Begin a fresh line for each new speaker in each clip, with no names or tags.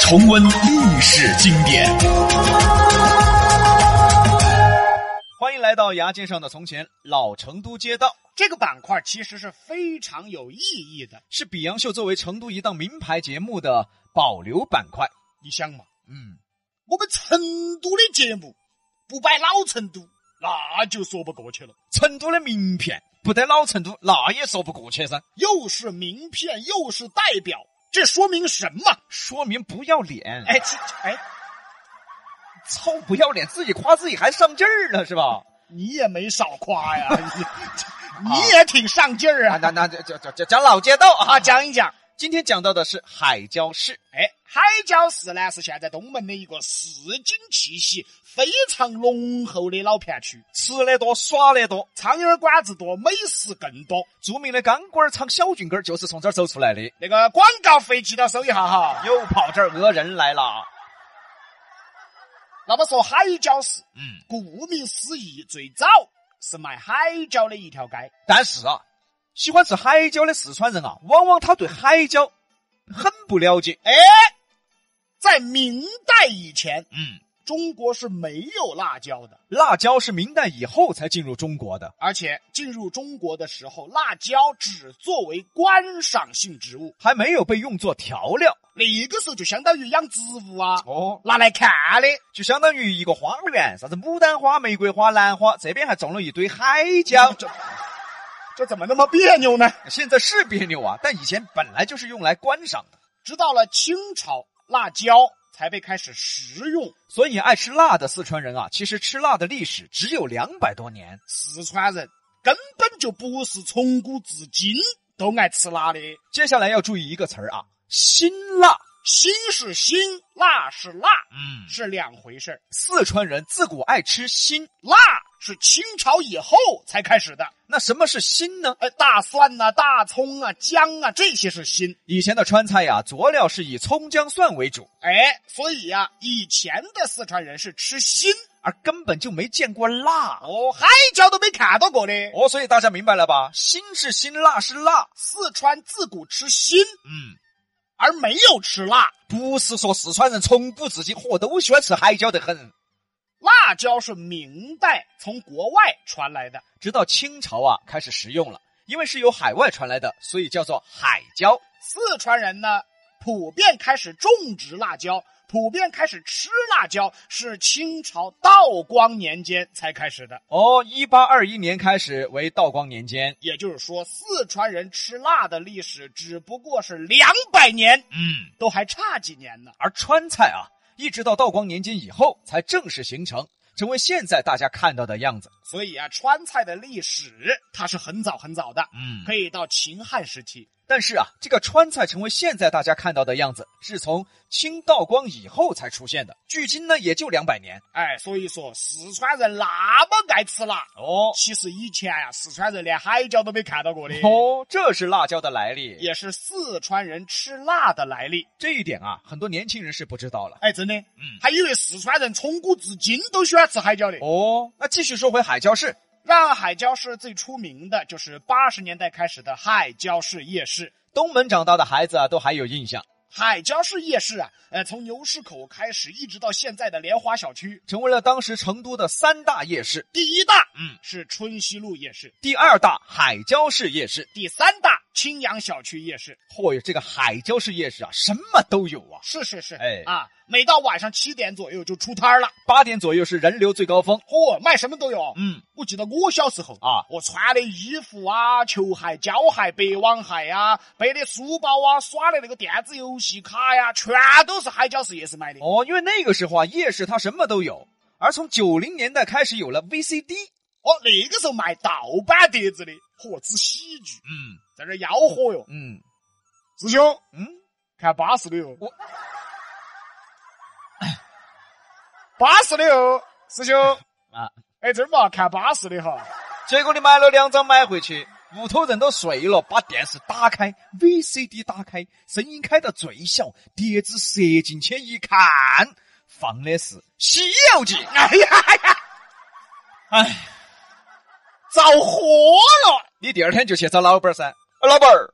重温历史经典。欢迎来到牙尖上的从前，老成都街道
这个板块其实是非常有意义的，
是比洋秀作为成都一档名牌节目的保留板块。
你想嘛，
嗯，
我们成都的节目不摆老成都，那就说不过去了。
成都的名片不得老成都，那也说不过去噻。
又是名片，又是代表，这说明什么？
说明不要脸，
哎，这哎，
操，不要脸，自己夸自己还上劲儿呢，是吧？
你也没少 夸呀，你 你也挺上劲儿
啊，
啊。
那那就就就讲老街道啊
啊，，讲一讲，
今天讲到的是海椒市，
哎，海椒市呢是现在东门的一个市井气息非常浓厚的老片区，
吃的多，耍的多，
苍蝇馆子多，美食更多。
著名的钢管厂小俊根儿就是从这儿走出来的。
那个广告费记得收一下哈。
又跑这儿讹人来了，
那么说海椒市，
嗯，
顾名思义，最早是卖海椒的一条街。
但是啊，喜欢吃海椒的四川人啊，往往他对海椒很不了解。
哎，在明代以前，
嗯，
中国是没有辣椒的，
辣椒是明代以后才进入中国的，
而且进入中国的时候，辣椒只作为观赏性植物，
还没有被用作调料。
那个时候就相当于养植物啊，
哦，
拿来看的。
就相当于一个花园，啥子牡丹花、玫瑰花、兰花，这边还种了一堆海椒。
这这怎么那么别扭呢？
现在是别扭啊，但以前本来就是用来观赏的，
直到了清朝，辣椒才被开始食用。
所以爱吃辣的四川人啊，其实吃辣的历史只有两百多年。
四川人根本就不是从古至今都爱吃辣的。
接下来要注意一个词儿啊，辛辣。
辛是辛，辣是辣，
嗯，
是两回事儿
四川人自古爱吃辛，
辣是清朝以后才开始的，
那什么是辛呢？
哎，大蒜呐、大葱啊、姜啊，这些是辛。
以前的川菜呀、佐料是以葱姜蒜为主，
哎，所以呀、以前的四川人是吃辛，
而根本就没见过辣。
哦，海椒都没看到过的。
哦，所以大家明白了吧？辛是辛，辣是辣。
四川自古吃辛，
嗯。
而没有吃辣。
不是说四川人从古至今嚯都喜欢吃海椒得很。
辣椒是明代从国外传来的，
直到清朝啊开始食用了，因为是由海外传来的，所以叫做海椒。
四川人呢，普遍开始种植辣椒，普遍开始吃辣椒，是清朝道光年间才开始的。
哦，一八二一年开始为道光年间。
也就是说，四川人吃辣的历史只不过是两百年，
嗯，
都还差几年呢。
而川菜啊，一直到道光年间以后才正式形成，成为现在大家看到的样子。
所以啊，川菜的历史它是很早很早的，
嗯
可以到秦汉时期。
但是啊，这个川菜成为现在大家看到的样子，是从清道光以后才出现的，距今呢也就两百年。
哎，所以说四川人那么爱吃辣，
哦
其实以前啊，四川人连海椒都没看到过的，
哦，这是辣椒的来历。
也是四川人吃辣的来历。
这一点啊，很多年轻人是不知道了。
哎，真的，
嗯
还以为四川人从古至今都喜欢吃海椒的。
哦，那继续说回海椒市，
让海椒市最出名的就是八十年代开始的海椒市夜市。
东门长大的孩子啊，都还有印象，
海椒市夜市啊，呃，从牛市口开始，一直到现在的莲花小区。
成为了当时成都的三大夜市，
第一大，
嗯，
是春熙路夜市；
第二大海椒市夜市。
第三大，青阳小区夜市。
嚯、哟，这个海椒市夜市啊，什么都有啊。
是是是，
哎
啊，每到晚上七点左右就出摊儿了，
八点左右是人流最高峰。
嚯、卖什么都有。
嗯，
我记得我小时候
啊
我穿的衣服啊、球鞋、胶鞋、白网鞋啊、背的书包啊、耍的那个电子游戏卡呀、全都是海椒市夜市买的。
哦，因为那个时候啊，夜市它什么都有。而从九零年代开始有了 VCD，
哦，那个时候卖盗版碟子的，嚯，之喜剧，
嗯
在这儿吆喝哟，
嗯
师兄
嗯，
看巴适的哟。
我
巴适的哦，师 兄
啊。
哎，这儿嘛看巴适的哈，
结果你买了两张买回去，屋头人都睡了，把电视打开，VCD 打开，声音开到最小，碟子塞进去一看，放的是《西游记》。
哎呀哎呀，
哎，
着火了。
你第二天就去找老板儿噻，老板儿，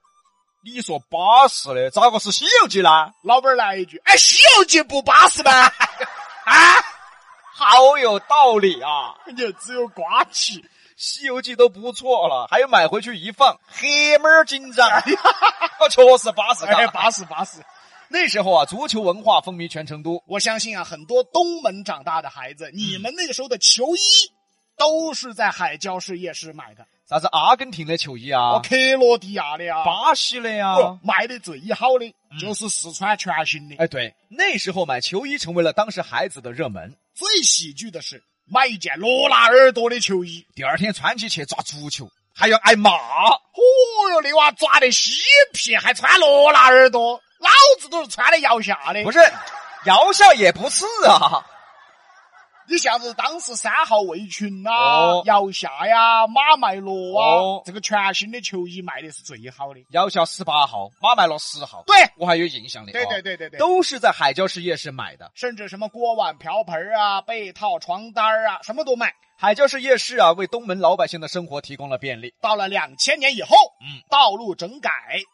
你说巴适的，咋个是《西游记》呢？
老板儿来一句：“哎，《西游记》不巴适吗？” 啊，
好有道理啊！
也只有瓜皮。
《西游记》都不错了，还有买回去一放，黑猫儿紧 张，我确实巴适
哎，
的。
巴适巴适。
那时候啊，足球文化风靡全成都，
我相信啊，很多东门长大的孩
嗯
子，你们那个时候的球衣都是在海椒市夜市买的，
啥子阿根廷的球衣啊
哦，，克罗地亚的呀，
巴西的呀、
哦卖的最好的就是四川全新的。
嗯哎，对，那时候买球衣成为了当时孩子的热门。
最喜剧的是买一件罗纳尔多的球衣，
第二天穿起去抓足球，还要挨骂。
哦哟，那娃抓得稀皮，还穿罗纳尔多，老子都是穿的摇下的。
不是，摇下也不是啊。
你像是当时三号卫裙呐、
哦
摇下呀、马麦罗啊，
哦
这个全新的球衣卖的是最好的。
摇下十八号，马麦罗十号，
对，
我还有印象的。
对
哦
对对对对，
都是在海椒市夜市买的。
甚至什么锅碗瓢盆啊、被套、床单啊，什么都卖。
海椒市夜市啊，为东门老百姓的生活提供了便利。
到了两千年以后，
嗯，
道路整改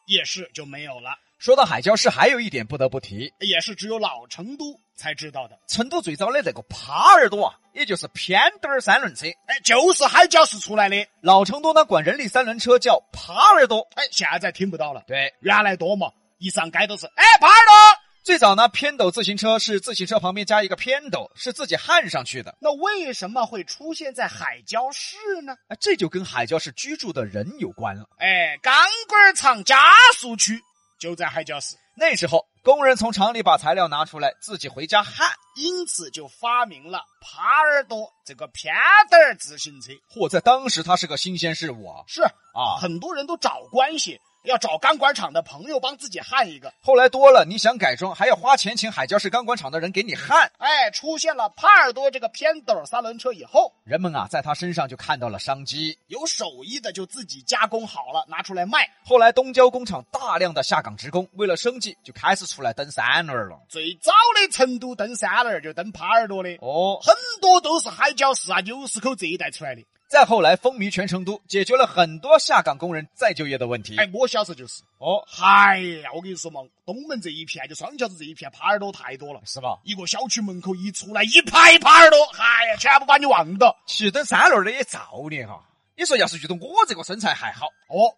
夜市就没有了，
说到海椒市，还有一点不得不提，
也是只有老成都才知道的。
成都最早的这个耙耳朵啊，也就是偏墩儿三轮车。
哎，就是海椒市出来的，
老成都呢管人力三轮车叫耙耳朵。
哎，现在听不到了。
对，
原来多嘛，一上街都是哎，耙耳朵。
最早呢偏斗自行车是自行车旁边加一个偏斗，是自己焊上去的。
那为什么会出现在海椒市呢？
啊，这就跟海椒市居住的人有关了。
哎，钢管儿厂加速区就在海椒市，
那时候工人从厂里把材料拿出来，自己回家焊，
因此就发明了耙耳朵这个偏凳儿自行车。
嚯，在当时它是个新鲜事物啊
是，
啊！
很多人都找关系，要找钢管厂的朋友帮自己焊一个。
后来多了，你想改装还要花钱请海椒市钢管厂的人给你焊。
哎，出现了耙耳朵这个偏斗儿三轮车以后，
人们啊，在他身上就看到了商机。
有手艺的就自己加工好了拿出来卖。
后来东郊工厂大量的下岗职工为了生计，就开始出来蹬三轮了。
最早的成都蹬三轮儿就蹬耙耳朵的，
哦，
很多都是海椒市啊、牛市口这一带出来的。
再后来风靡全成都，解决了很多下岗工人再就业的问题。
哎，我小时候就是。
哦，
哎呀，我跟你说嘛，东门这一片就双桥子这一片耙耳朵太多了，
是吧？
一个小区门口一出来一排耙耳朵，哎呀，全部把你忘到。
骑蹬三轮的也造孽哈！你说要是遇到我这个身材还好，
哦，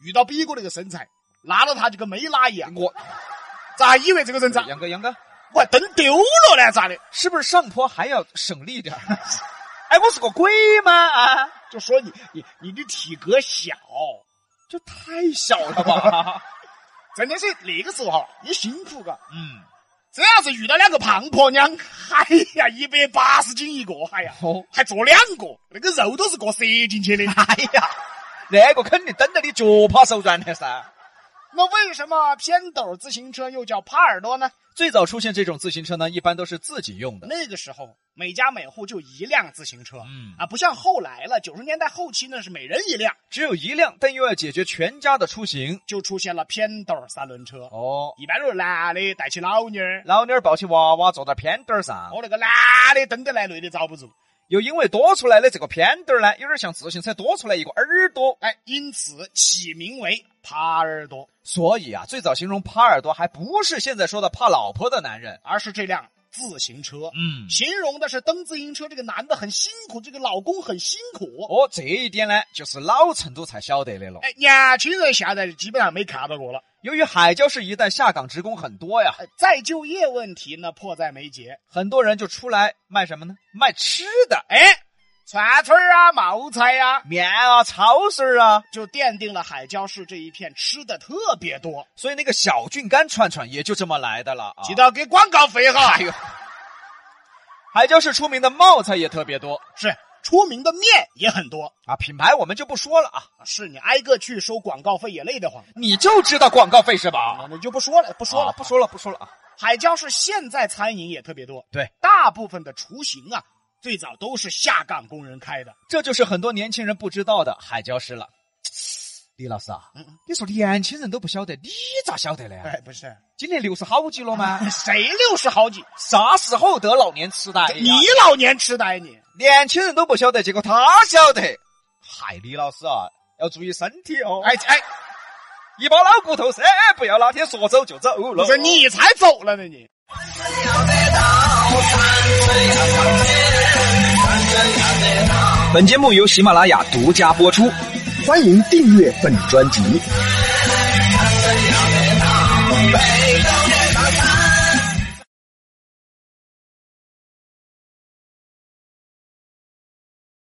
遇到比哥那个身材，拉了他就跟没拉一样，
我
咋以为这个人咋
杨哥杨哥，
我还蹬丢了呢？咋的？
是不是上坡还要省力点儿？ 哎，我是个鬼吗？啊，
就说你你你的体格小，
这太小了吧？
真的是那个时候哈，你辛苦嘎。
嗯，
这要是遇到两个胖婆娘，哎呀，一百八十斤一个，哎呀，
哦，
还坐两个，那个肉都是过塞进去的。
哎呀，那个肯定蹬得你脚趴手软的噻。
那为什么偏斗自行车又叫耙耳朵呢？
最早出现这种自行车呢，一般都是自己用的。
那个时候每家每户就一辆自行车，
嗯
啊，不像后来了，九十年代后期那是每人一辆，
只有一辆，但又要解决全家的出行。
就出现了偏斗三轮车。
哦，
一般都是男的带起老妞儿，
老妞儿抱起娃娃坐在偏凳儿上
哦，，那个男的蹬得来，女的遭不住。
又因为多出来的这个偏凳儿呢，有点像自行车多出来一个耳朵，
哎，因此起名为耙耳朵，
所以啊，最早形容耙耳朵还不是现在说的怕老婆的男人。
而是这辆自行车。
嗯，
形容的是蹬自行车这个男的很辛苦，这个老公很辛苦。
哦，这一点呢，就是老成都才晓得的了。
哎，年轻人现在基本上没看到过了。
由于海椒市一带下岗职工很多呀，
哎，再就业问题呢迫在眉睫。
很多人就出来卖什么呢？卖吃的，
哎，串串儿啊、冒菜呀、
面啊、抄手儿啊。
就奠定了海椒市这一片吃的特别多。
所以那个小郡干串串也就这么来的了啊。
记得给广告费哈。
哎呦，海椒市出名的冒菜也特别多
是出名的面也很多，
啊，品牌我们就不说了啊，
是你挨个去收广告费也累得慌。
你就知道广告费是吧？
那就不说了，不
说
说
了，
了，
不说了，不说了啊。
海椒是现在餐饮也特别多，
对，
大部分的雏形啊，最早都是下岗工人开的。
这就是很多年轻人不知道的海椒师了。 李老师啊，你说年轻人都不晓得，你咋晓得呢？
嗯哎，不是，
今年六十好几了吗？
谁六十好几？
啥时候得老年痴哎呆呀？
你老年痴呆你？
年轻人都不晓得，结果他晓得。嗨，李老师啊，要注意身体哦。
哎哎，
一把老骨头噻，不要哪天说走就走了。
不是你才走了呢你。
本节目由喜马拉雅独家播出。
欢迎订阅本专辑。
北斗